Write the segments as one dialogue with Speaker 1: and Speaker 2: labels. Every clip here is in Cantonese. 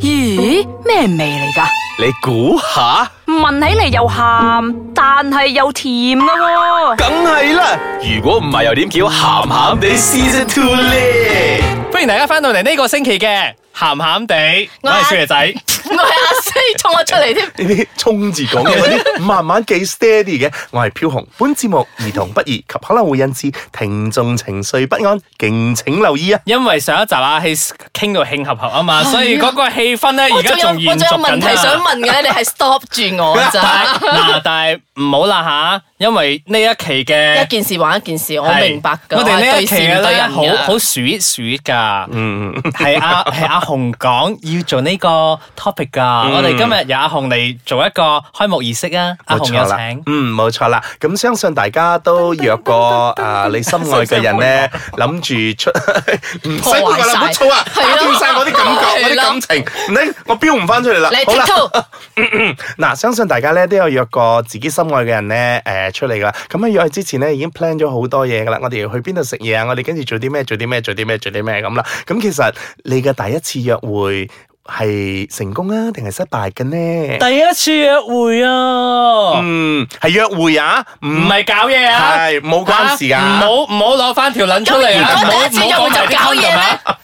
Speaker 1: 咦，咩味嚟噶？
Speaker 2: 你估下，
Speaker 1: 聞起嚟又鹹，但係又甜噶喎、
Speaker 2: 梗係啦。如果唔係又點叫鹹鹹地 Season Two 咧？
Speaker 3: 歡迎大家翻到嚟呢個星期嘅鹹鹹地，我係少爺仔。
Speaker 4: 我係阿西衝咗出嚟添，
Speaker 5: 呢啲衝字講 嘅嗰啲，慢慢記 steady 嘅。我係飄紅，本節目兒童不宜及可能會引致聽眾情緒不安，敬請留意啊！
Speaker 3: 因為上一集阿希傾到慶合合啊 嘛，所以嗰個氣氛咧而
Speaker 4: 我
Speaker 3: 家
Speaker 4: 仲有
Speaker 3: 仲
Speaker 4: 我
Speaker 3: 延
Speaker 4: 仲
Speaker 3: 續
Speaker 4: 有問題
Speaker 3: 緊
Speaker 4: 想
Speaker 3: 啊。
Speaker 4: 問嘅，你係 stop 住 我
Speaker 3: 但
Speaker 4: 咋？
Speaker 3: 係嗱，但係唔好啦吓，因為呢一期嘅
Speaker 4: 一件事玩一件事，我
Speaker 3: 係
Speaker 4: 明白噶。
Speaker 3: 我哋呢一期嘅
Speaker 4: 我係對事唔對
Speaker 3: 咧，
Speaker 4: 人
Speaker 3: 好
Speaker 4: 㗎
Speaker 3: 好 sweet sweet 噶，嗯，係 阿係阿紅講要做呢個 topic 噶，我哋今日有阿紅嚟做一個開幕儀式啊，阿
Speaker 5: 冇
Speaker 3: 紅
Speaker 5: 錯
Speaker 3: 有
Speaker 5: 啦
Speaker 3: 請，。
Speaker 5: 嗯，冇錯啦。咁相信大家都約 過啊，你心愛嘅人咧，諗住出 唔使
Speaker 4: 破
Speaker 5: 講
Speaker 4: 壞
Speaker 5: 啦，
Speaker 4: 晒
Speaker 5: 唔好嘈啊，
Speaker 4: 係
Speaker 5: 打
Speaker 4: 咯
Speaker 5: 斷晒我啲感覺，我
Speaker 4: 係
Speaker 5: 啲
Speaker 4: 咯
Speaker 5: 感情，你我標唔翻出嚟啦
Speaker 4: 你。
Speaker 5: 好啦
Speaker 4: TikTok
Speaker 5: 嗱，相信大家咧都有約過自己心愛嘅人咧，誒、出嚟噶啦。咁喺約佢之前咧已經 plan 咗好多嘢噶啦，我哋要去邊度食嘢啊，我哋跟住做啲咩，做啲咩，做啲咩，做啲咩咁啦。咁其實你嘅第一次約會係成功啊，定係失敗嘅呢？
Speaker 3: 第一次約會啊，
Speaker 5: 嗯，係約會啊，唔
Speaker 3: 唔係搞嘢啊，
Speaker 5: 係冇關事
Speaker 3: 啊唔
Speaker 5: 噶。
Speaker 3: 好唔好攞翻條撚出嚟啊，
Speaker 4: 咁
Speaker 3: 唔
Speaker 4: 如
Speaker 3: 好
Speaker 4: 果第一次
Speaker 3: 唔好講埋
Speaker 4: 約會
Speaker 3: 啲
Speaker 4: 就搞
Speaker 3: condom
Speaker 4: 嘢咩
Speaker 3: 啊，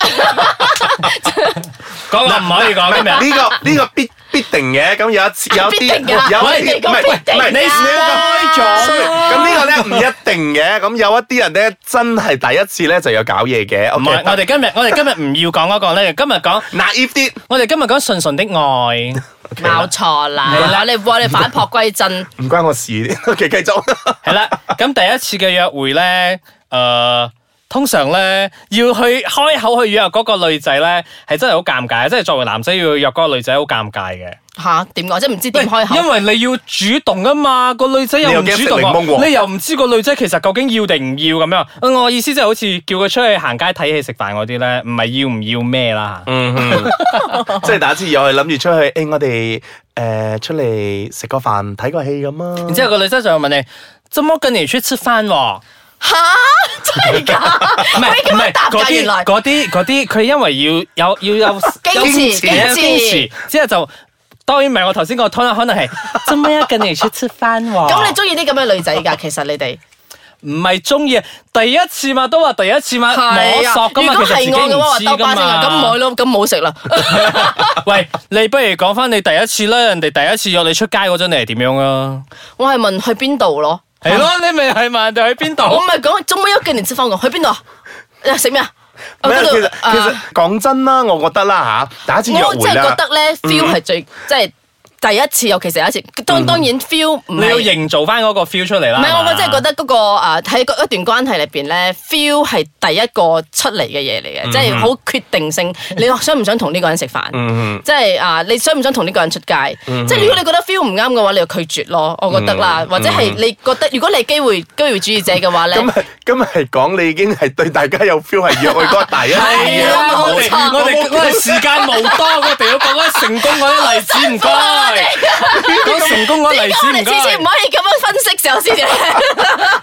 Speaker 3: 嗰個唔可以講啊
Speaker 5: 唔係
Speaker 3: 今日。
Speaker 5: 呢個呢個必必定嘅，咁有一次有
Speaker 4: 啊必
Speaker 5: 啲
Speaker 4: 定㗎
Speaker 5: 有一
Speaker 4: 你
Speaker 5: 啲
Speaker 4: 講
Speaker 5: 唔係
Speaker 4: 必定
Speaker 5: 唔係
Speaker 4: 㗎你
Speaker 3: spoil 咗
Speaker 5: sorry，咁呢個咧唔一定嘅，咁有一啲人咧真係第一次咧就有搞嘢嘅，
Speaker 3: 唔係，我哋今日我哋今日唔要講嗰個咧，今日講
Speaker 5: naive 啲。
Speaker 3: 我哋今日講純純的 愛。
Speaker 4: 冇錯
Speaker 3: 啊係啦
Speaker 4: 啦，你我哋反璞歸真，
Speaker 5: 唔關我事。OK，繼 續。
Speaker 3: 系啦，咁第一次嘅約會咧，诶、通常咧要去開口去約嗰個女仔咧，係真係好尷尬，即係作為男仔要約嗰個女仔好尷尬嘅。
Speaker 4: 吓點講？即係唔知點開口。
Speaker 3: 因為你要主動啊嘛，個女仔又唔主
Speaker 5: 你
Speaker 3: 動
Speaker 5: 又驚食檸檬
Speaker 3: 喎，
Speaker 5: 喎
Speaker 3: 你又唔知個女仔其實究竟要定唔要咁樣。呃我意思即係好似叫佢出去行街睇戲食飯嗰啲咧，唔係要唔要咩啦
Speaker 4: 嗯
Speaker 3: 吓。
Speaker 5: 即係打次又係諗住出去，誒、我哋誒、呃出嚟食個飯睇個戲咁啊。
Speaker 3: 然之後個女仔就會問你，怎麼跟你出吃 飯喎？
Speaker 4: 吓真係㗎？
Speaker 3: 唔係唔係
Speaker 4: 啊答㗎
Speaker 3: 嗰啲
Speaker 4: 原來
Speaker 3: 嗰啲嗰啲，佢因為要有要有
Speaker 4: 矜持
Speaker 3: 有
Speaker 4: 矜持
Speaker 3: 矜持，之後就當然唔係我頭先個 tone 啦可能 係做咩啊？近嚟出出翻喎，
Speaker 4: 咁你中意啲咁嘅女仔㗎？其實你哋
Speaker 3: 唔係中意啊第一次嘛？都話第一次嘛，啊摸索噶嘛，
Speaker 4: 啊如
Speaker 3: 其
Speaker 4: 果
Speaker 3: 實自己
Speaker 4: 係我嘅話，我
Speaker 3: 唔知
Speaker 4: 兜
Speaker 3: 噶
Speaker 4: 巴先㗎，咁唔好
Speaker 3: 嘛。
Speaker 4: 咯，咁冇食 啦。
Speaker 3: 喂，你不如講翻你第一次啦，人哋第一次約你出街嗰陣，你係點樣啊？
Speaker 4: 我係問去邊度咯？
Speaker 3: 係咯，你咪係問人哋去邊
Speaker 5: 哦
Speaker 4: 我
Speaker 3: 度
Speaker 4: 唔？係講中美一幾年先翻我，去邊度啊？ 你食咩啊？
Speaker 5: 唔係其實其實
Speaker 4: 啊
Speaker 5: 講真啦，我覺得啦嚇，打次約
Speaker 4: 我真
Speaker 5: 會
Speaker 4: 係覺
Speaker 5: 啦。嗯
Speaker 4: 得咧，feel 係最即係第一次，尤其是第一次。當當然 feel 唔
Speaker 3: 你要
Speaker 4: 係。
Speaker 3: 營造翻嗰個 feel 出嚟
Speaker 4: 唔
Speaker 3: 啦。
Speaker 4: 係，
Speaker 3: 係嘛
Speaker 4: 我真係覺得嗰個啊喺嗰一段關係裏邊咧，feel 係第一個出嚟嘅嘢嚟嘅，
Speaker 5: 嗯
Speaker 4: 即係好決定性。你想唔想同呢個人食飯？
Speaker 5: 嗯
Speaker 4: 即係啊，你想唔想同呢個人出街？即係如果你覺得 feel 唔啱嘅話，你就拒絕咯。我覺得
Speaker 5: 嗯
Speaker 4: 啦，或者係你覺得如果你係機會機會主義者嘅話咧，
Speaker 5: 今日今日係啊講你已經係對大家有 feel 係約去嗰個第一
Speaker 3: 係
Speaker 5: 次
Speaker 3: 啊，
Speaker 4: 冇
Speaker 3: 我哋
Speaker 4: 錯
Speaker 3: 我哋我哋時間無多，我哋要講翻成功嗰啲例子，唔該。講成功嗰啲啊例子，
Speaker 4: 我哋
Speaker 3: 唔
Speaker 4: 次次唔
Speaker 3: 該。
Speaker 4: 可以咁樣分析時候先 至。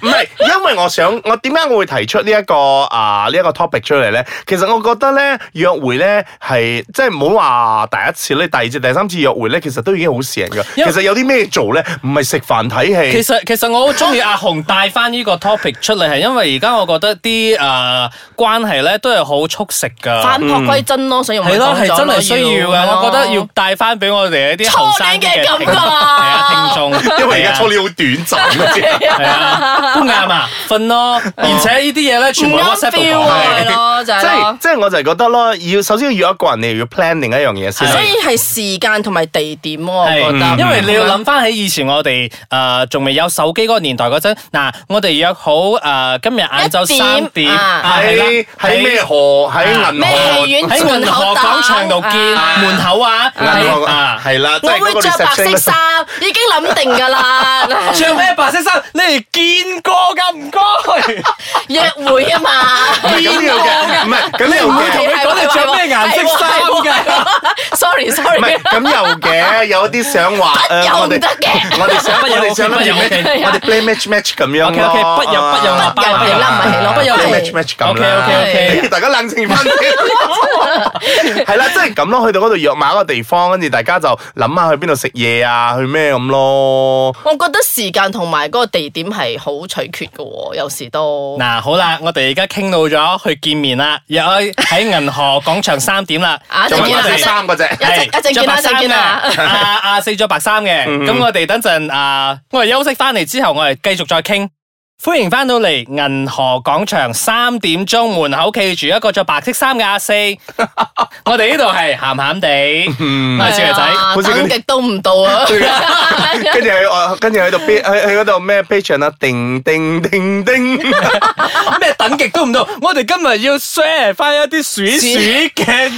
Speaker 5: 唔係，因為我想我點解我會提出呢、一個啊呢一個 topic 出嚟咧？其實我覺得咧約會咧係即係唔好話第一次咧，第二次、第三次約會咧，其實都已經好成噶。其
Speaker 3: 因為
Speaker 5: 實有啲咩做咧？唔係食飯睇戲。
Speaker 3: 其實其實我好中意阿紅帶翻呢個 topic 出嚟，係因為而家我覺得啲誒、呃、關係咧都係好速食
Speaker 4: 反
Speaker 3: 㗎，
Speaker 4: 璞歸真咯，所以我咪
Speaker 3: 係咯
Speaker 4: 講咗
Speaker 3: 係真係需要
Speaker 4: 係
Speaker 3: 㗎，
Speaker 4: 咯
Speaker 3: 我覺得要帶翻俾我哋一啲後生啲嘅
Speaker 4: 初戀嘅
Speaker 3: 聽眾，
Speaker 4: 感覺啊
Speaker 3: 係啊聽眾，
Speaker 5: 因為而家
Speaker 3: 係啊
Speaker 5: 初戀好短暫嘅啫。
Speaker 3: 係 啊都啱啊，瞓咯， 而且呢啲嘢咧全部
Speaker 4: 唔
Speaker 3: 喺
Speaker 4: 啱
Speaker 3: WhatsApp 度
Speaker 4: feel
Speaker 3: 講
Speaker 4: 啊
Speaker 3: 嘅
Speaker 4: 係咯就係啊
Speaker 5: 即
Speaker 4: 咯
Speaker 5: 係即係我就係覺得咯，要首先要約一個人，你又要 plan 另一樣嘢先。
Speaker 4: 所以係時間同埋地點咯，我
Speaker 3: 係
Speaker 4: 覺得。嗯
Speaker 3: 因為你要諗翻起以前我哋誒仲未有手機嗰個年代嗰陣，嗱，我哋約好誒今日晏晝
Speaker 4: 一點
Speaker 3: 三點，
Speaker 4: 啊
Speaker 3: 啊係啦
Speaker 5: 喺喺咩河？喺銀
Speaker 4: 咩戲院
Speaker 5: 河。
Speaker 3: 喺銀河廣場度見
Speaker 4: 啊
Speaker 3: 門口啊，
Speaker 5: 銀河
Speaker 3: 啊。
Speaker 5: 係啦，即
Speaker 4: 我
Speaker 5: 係嗰
Speaker 4: 會
Speaker 5: 個
Speaker 4: 着白
Speaker 5: reception
Speaker 4: 色
Speaker 5: 啦
Speaker 4: 衫，已經諗定㗎啦。
Speaker 3: 着咩白色衫？你哋見過㗎唔 該，
Speaker 4: 約會 啊嘛，
Speaker 5: 唔係咁呢樣嘅，唔係咁呢
Speaker 3: 唔
Speaker 5: 樣
Speaker 3: 會
Speaker 5: 嘅
Speaker 3: 同。你講你着咩顏色衫㗎。
Speaker 4: Sorry
Speaker 5: 唔係
Speaker 4: sorry，
Speaker 5: 咁又嘅，有啲想話誒，
Speaker 4: 又
Speaker 5: 我
Speaker 4: 唔
Speaker 5: 哋
Speaker 4: 得嘅
Speaker 5: 我哋想
Speaker 3: 不
Speaker 5: 我
Speaker 3: 由
Speaker 5: 哋想
Speaker 3: 不由
Speaker 5: 諗住 match，
Speaker 3: 不由
Speaker 5: 我哋 play match match Ờ, 咁樣
Speaker 3: OK OK，
Speaker 5: 咯
Speaker 3: 不由不由
Speaker 5: 啊
Speaker 3: 我
Speaker 4: 不由
Speaker 3: 不由
Speaker 4: 啦，唔係
Speaker 5: 啊
Speaker 4: 咯，不由
Speaker 5: play
Speaker 4: 係
Speaker 5: match match 咁啦
Speaker 3: OK，OK，OK
Speaker 5: 大家冷靜翻啲。係啦，即係咁咯。去到嗰度約埋一個地方，跟住大家就諗下去邊度食嘢啊，去咩咁咯。
Speaker 4: 我覺得時間同埋嗰個地點係好取決嘅喎，有時都。，
Speaker 3: 嗱，好啦，我哋而家傾到咗去見面啦， 約喺喺銀河廣場三點啦
Speaker 4: 啊一陣
Speaker 5: 仲
Speaker 4: 見
Speaker 5: 有
Speaker 4: 啦
Speaker 5: 第三個啫。
Speaker 4: 一陣一陣見啦，一陣見啦。
Speaker 3: 阿阿四着白衫嘅，咁我哋等陣啊，我哋休息翻嚟之後，我哋繼續再傾。歡迎翻到嚟銀河廣場三點鐘門口企住一個着白色衫嘅阿 四，我哋呢度係鹹鹹地，
Speaker 5: Ừ.
Speaker 3: 我係小爺仔。
Speaker 4: 啊
Speaker 5: 好似嗰啲
Speaker 4: 等極都唔到 啊！
Speaker 5: 跟住喺我，跟住喺度 p 喺喺嗰度咩 patron 啊，叮叮叮叮，
Speaker 3: 咩等極都唔到，我哋今日要 share 翻一啲鼠 鼠嘅，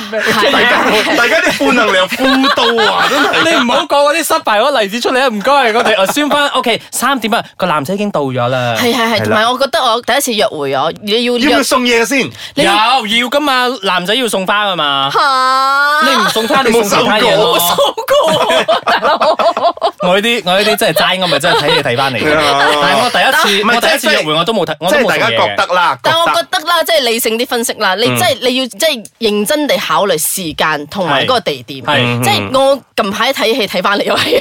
Speaker 5: 大家啲負能量呼到 啊，真係。
Speaker 3: 你唔好講嗰啲失敗嗰個例子出嚟啊！唔該，我哋我宣翻，OK，三點啊，個男仔已經到咗啦。
Speaker 4: 係係係，同埋我覺得我第一次約會我你要
Speaker 5: 要唔
Speaker 4: 約
Speaker 5: 要送嘢先？
Speaker 3: 有要噶嘛，男仔要送花噶嘛。
Speaker 4: 啊嚇
Speaker 3: 你唔送花，你送其他嘢咯。我呢啲我呢啲真係齋，我咪真係睇你睇翻嚟嘅。 但係我第一次
Speaker 5: 啊唔係
Speaker 3: 我第一次
Speaker 5: 即係
Speaker 3: 約會我都冇睇，我
Speaker 5: 即
Speaker 3: 都
Speaker 5: 係
Speaker 3: 冇
Speaker 5: 大
Speaker 3: 送
Speaker 5: 家
Speaker 3: 嘢
Speaker 5: 覺
Speaker 3: 嘅。
Speaker 5: 得啦，
Speaker 4: 但我
Speaker 5: 覺
Speaker 4: 覺
Speaker 5: 得
Speaker 4: 得啦，即係理性啲分析啦，你
Speaker 3: 嗯
Speaker 4: 即係你要即係認真地考慮時間同埋嗰個地點。
Speaker 3: 係嗯
Speaker 4: 即係我近排睇戲睇翻嚟又 係，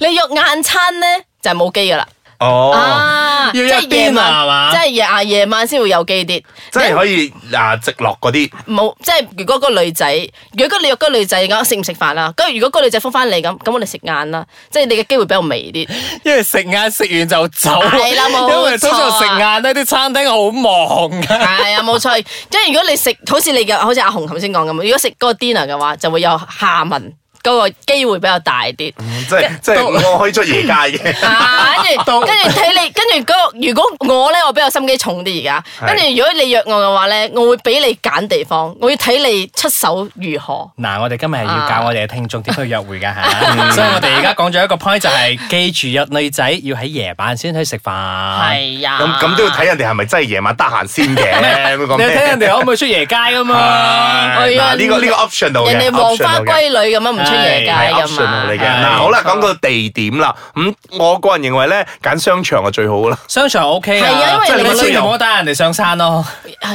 Speaker 4: 你約晏餐咧就係冇機噶啦。
Speaker 5: 哦，
Speaker 4: 啊，
Speaker 3: 要
Speaker 4: 即
Speaker 3: 一
Speaker 4: 係夜
Speaker 3: 邊啊係嘛
Speaker 4: 晚，即係夜啊夜晚先會有機啲。
Speaker 5: 即係可以啊直落嗰啲，
Speaker 4: 冇，即係如果個女仔，如果你約個女仔咁食唔食飯啦，跟住如果個女仔覆翻你咁，咁我哋食晏啦，即係你嘅機會比較微啲。
Speaker 3: 因為食晏食完就走。
Speaker 4: 係啦冇錯啊
Speaker 3: 因為通常食晏呢啲餐廳好忙㗎。
Speaker 4: 係啊，冇錯。即係如果你食好似你嘅，好似阿紅頭先講咁，如果食嗰個 dinner 嘅話，就會有下文嗰、個機會比較大啲。
Speaker 5: 即係即係我可以出夜街 嘅。
Speaker 4: 啊，跟住跟住睇你，跟住嗰個如果我咧，我比較心機重啲而家。
Speaker 5: 係
Speaker 4: 跟住如果你約我嘅話咧，我會俾你揀地方，我要睇你出手如何。
Speaker 3: 嗱，我哋今日係要教
Speaker 4: 啊
Speaker 3: 我哋嘅聽眾點去約會㗎 吓，所以我哋而家講咗一個 point 就係記住約女仔要喺夜晚先去食飯。係。
Speaker 4: 係啊，
Speaker 5: 咁咁都要睇人哋係咪真係夜晚得閒先嘅？ 咁講
Speaker 3: 你
Speaker 5: 咩
Speaker 3: 睇 人哋哎可唔可以出夜街㗎嘛？
Speaker 5: 係嗱呢個呢個 option 度嘅，
Speaker 4: 人哋黃花
Speaker 5: optional 嘅
Speaker 4: 閨女咁樣唔出夜街
Speaker 5: 係
Speaker 4: 噶
Speaker 5: optional
Speaker 4: 嘛。
Speaker 5: 嚟嘅。
Speaker 3: 啊係
Speaker 5: 嗱，好啦，講到地點啦，咁我個人認為咧，揀商場啊最好 啦。
Speaker 3: 商場 O K
Speaker 4: 係啊因為
Speaker 3: 即係
Speaker 4: 你
Speaker 3: 你
Speaker 4: 個
Speaker 3: 千祈
Speaker 5: 旅遊
Speaker 3: 唔好帶人哋上山 咯，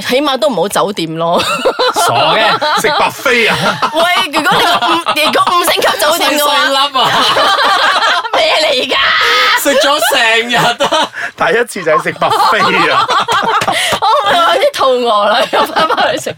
Speaker 4: 起碼都唔好酒店咯。
Speaker 3: 傻嘅。
Speaker 5: 食白飛啊！
Speaker 4: 喂，如果你個五，如果五星級酒店嘅話，
Speaker 3: 粒啊，
Speaker 4: 咩嚟㗎？
Speaker 3: 食咗成日啊！
Speaker 5: 第一次就係食白飛啊！
Speaker 4: 我咪話有啲肚餓啦，又翻返去食。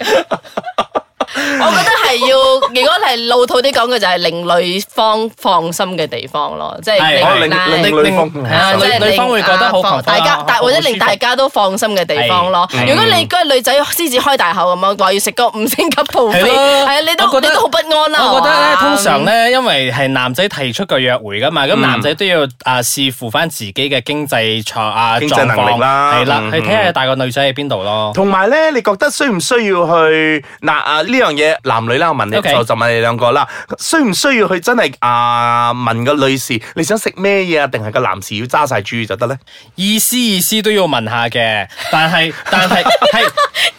Speaker 4: 我覺得係要，如果係老土啲講嘅，就係令女方放心嘅地方咯，即係
Speaker 3: 係
Speaker 5: 哦
Speaker 4: 令
Speaker 5: 令
Speaker 4: 啦
Speaker 5: 令女方
Speaker 3: 啊
Speaker 4: 即係
Speaker 3: 女
Speaker 4: 令
Speaker 3: 方會覺得好
Speaker 4: 啊
Speaker 3: comfort
Speaker 4: 大家
Speaker 3: 啊
Speaker 4: 大
Speaker 3: 好
Speaker 4: 或者
Speaker 3: 舒服
Speaker 4: 令大家都放心嘅地方咯。
Speaker 3: 係
Speaker 4: 如果你嗰個女仔獅子開大口咁樣話要食個五星級鋪飛，
Speaker 3: 係咯
Speaker 4: 係啊，你都
Speaker 3: 我覺
Speaker 4: 你
Speaker 3: 得
Speaker 4: 都好不安啊啦。
Speaker 3: 我覺得咧，
Speaker 4: 係嘛嗯
Speaker 3: 通常咧，因為係男仔提出個約會噶嘛，咁男仔都要啊視乎翻自己嘅經濟狀啊
Speaker 5: 經濟能力
Speaker 3: 狀況
Speaker 5: 啦
Speaker 3: 係啦
Speaker 5: 嗯，
Speaker 3: 去睇下大個女仔喺邊度咯。
Speaker 5: 哦同埋咧，你覺得需唔需要去嗱啊呢樣嘢男女啦？我問你
Speaker 3: OK
Speaker 5: 就就問你兩個啦，需唔需要去真係啊問個女士你想食咩嘢啊？定係個男士要揸晒豬就得咧？
Speaker 3: 意思意思都要問下嘅，但係但 係係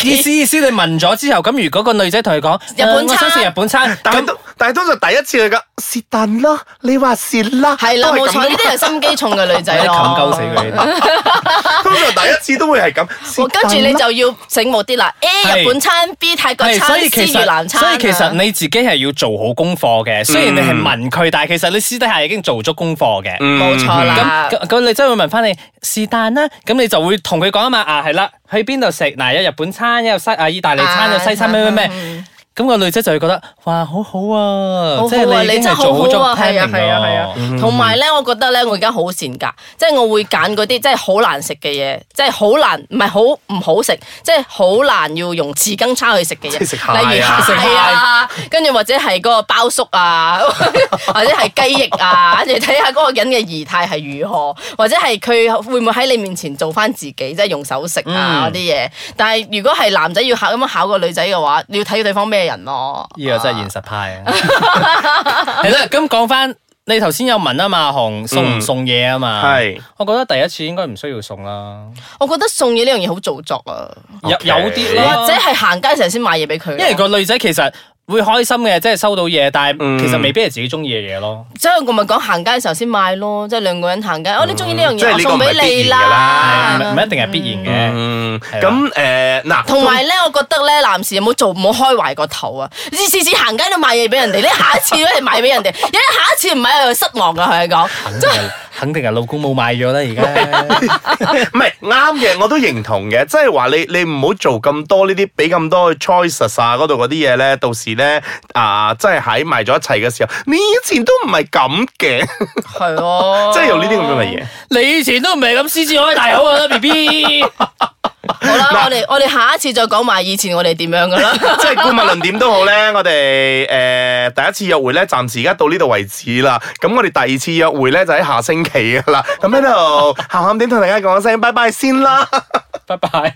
Speaker 3: 意思意思你問咗之後，咁如果個女仔同佢講
Speaker 4: 日本餐
Speaker 3: 呃我想食日本餐，
Speaker 5: 但係
Speaker 3: 咁
Speaker 5: 都但係通常第一次去㗎是但啦，你話是啦，
Speaker 4: 係啦，
Speaker 5: 都係
Speaker 4: 冇
Speaker 5: 咁
Speaker 4: 錯，呢啲係心機重嘅女
Speaker 3: 就
Speaker 4: 仔
Speaker 3: 係
Speaker 4: 咯。
Speaker 3: 冚鳩死
Speaker 4: 哦
Speaker 3: 佢。
Speaker 5: 通常第一次都會係咁。是
Speaker 4: 我跟住
Speaker 5: 但
Speaker 4: 你
Speaker 5: 啦
Speaker 4: 就要醒目啲啦
Speaker 3: 係
Speaker 4: ，A 日本餐，B 泰國
Speaker 3: 係，所
Speaker 4: 餐
Speaker 3: 以
Speaker 4: ，C
Speaker 3: 其
Speaker 4: 越南
Speaker 3: 實，
Speaker 4: 餐。啊
Speaker 3: 所以其實你自己係要做好功課嘅。雖然你係問佢，但係其實你私底下已經做足功課嘅。
Speaker 4: 冇錯啦
Speaker 3: 咁。咁咁你真係會問翻你是但啦，咁你就會同佢講啊嘛，啊係啦，去邊度食？嗱有日本餐，有西啊意大利餐，有西餐咩咩咩
Speaker 4: 嗯。
Speaker 3: 咁個女仔就會覺得哇好好啊，
Speaker 4: 好
Speaker 3: 即
Speaker 4: 好啊！
Speaker 3: 係
Speaker 4: 你
Speaker 3: 已經係
Speaker 4: 真係好
Speaker 3: 做
Speaker 4: 好啊，
Speaker 3: 咗
Speaker 4: 係啊，
Speaker 3: planning
Speaker 4: 係啊，係啊
Speaker 3: 咯。。
Speaker 4: 同埋咧，我覺得咧，我而家好善格，即係我會揀嗰啲即係好難食嘅嘢，即係好難，唔係好唔好食，即係好難要用匙羹叉去食嘅嘢，
Speaker 5: 即係食蟹啊
Speaker 4: 例如蟹啊，跟住或者係嗰個包粟啊，或者係雞翼啊，跟住睇下嗰個人嘅儀態係如何，或者係佢會唔會喺你面前做翻自己，即係用手食啊嗰啲嘢。但係如果係男仔要考咁樣考個女仔嘅話，你要睇對方咩人咯。
Speaker 3: 呢個真係現實派啊！ 係啦，咁講翻，你頭先有問啊嘛，紅送唔送嘢啊嘛？
Speaker 5: 係，
Speaker 3: 我覺得第一次應該唔需要送啦，
Speaker 4: 我覺得送嘢呢樣嘢好做作啊。
Speaker 3: 有有啲
Speaker 4: 或
Speaker 3: 啦
Speaker 5: 哦
Speaker 4: 者係行街嘅時候先買嘢俾佢咯。
Speaker 3: 因為個女仔其實會開心嘅，即係收到嘢，但係其實未必係自己中意嘅嘢咯。
Speaker 4: 所以我咪講行街嘅時候先買咯，即係兩個人行街，哦，你中意呢樣
Speaker 5: 嗯即係
Speaker 4: 嘢，
Speaker 5: 呢個
Speaker 4: 我送俾
Speaker 5: 唔
Speaker 4: 你
Speaker 5: 係必然㗎
Speaker 4: 啦
Speaker 5: 啦。
Speaker 3: 唔一定係必然嘅。
Speaker 5: 嗯，
Speaker 3: 係啦
Speaker 5: 咁誒嗱，
Speaker 4: 同埋咧，我覺得咧，男士有冇做唔好開懷個頭啊！你次次行街都買嘢俾人哋，你下一次咧買俾人哋， 因為下一次唔買又失望噶，佢講。
Speaker 3: 肯定係肯定係老公冇買咗啦，而 家
Speaker 5: 唔係啱嘅，我都認同嘅，即係話你你唔好做咁多呢啲，俾咁多 choices 啊嗰度嗰啲嘢咧，到時咧啊，即係喺埋咗一齊嘅時候，你以前都唔係咁嘅，
Speaker 4: 係咯，
Speaker 5: 即係有呢啲咁樣嘅嘢。
Speaker 3: 你以前都唔係咁獅子開大口啊，B B。
Speaker 4: 好啦，我哋我哋下一次再講埋以前我哋點樣噶啦。
Speaker 5: 即係顧物論點都好咧，我哋誒、呃第一次約會咧，暫時而家到呢度為止啦。咁我哋第二次約會咧就喺下星期噶啦。咁喺度鹹鹹點同大家講聲拜拜先啦。
Speaker 3: 拜拜。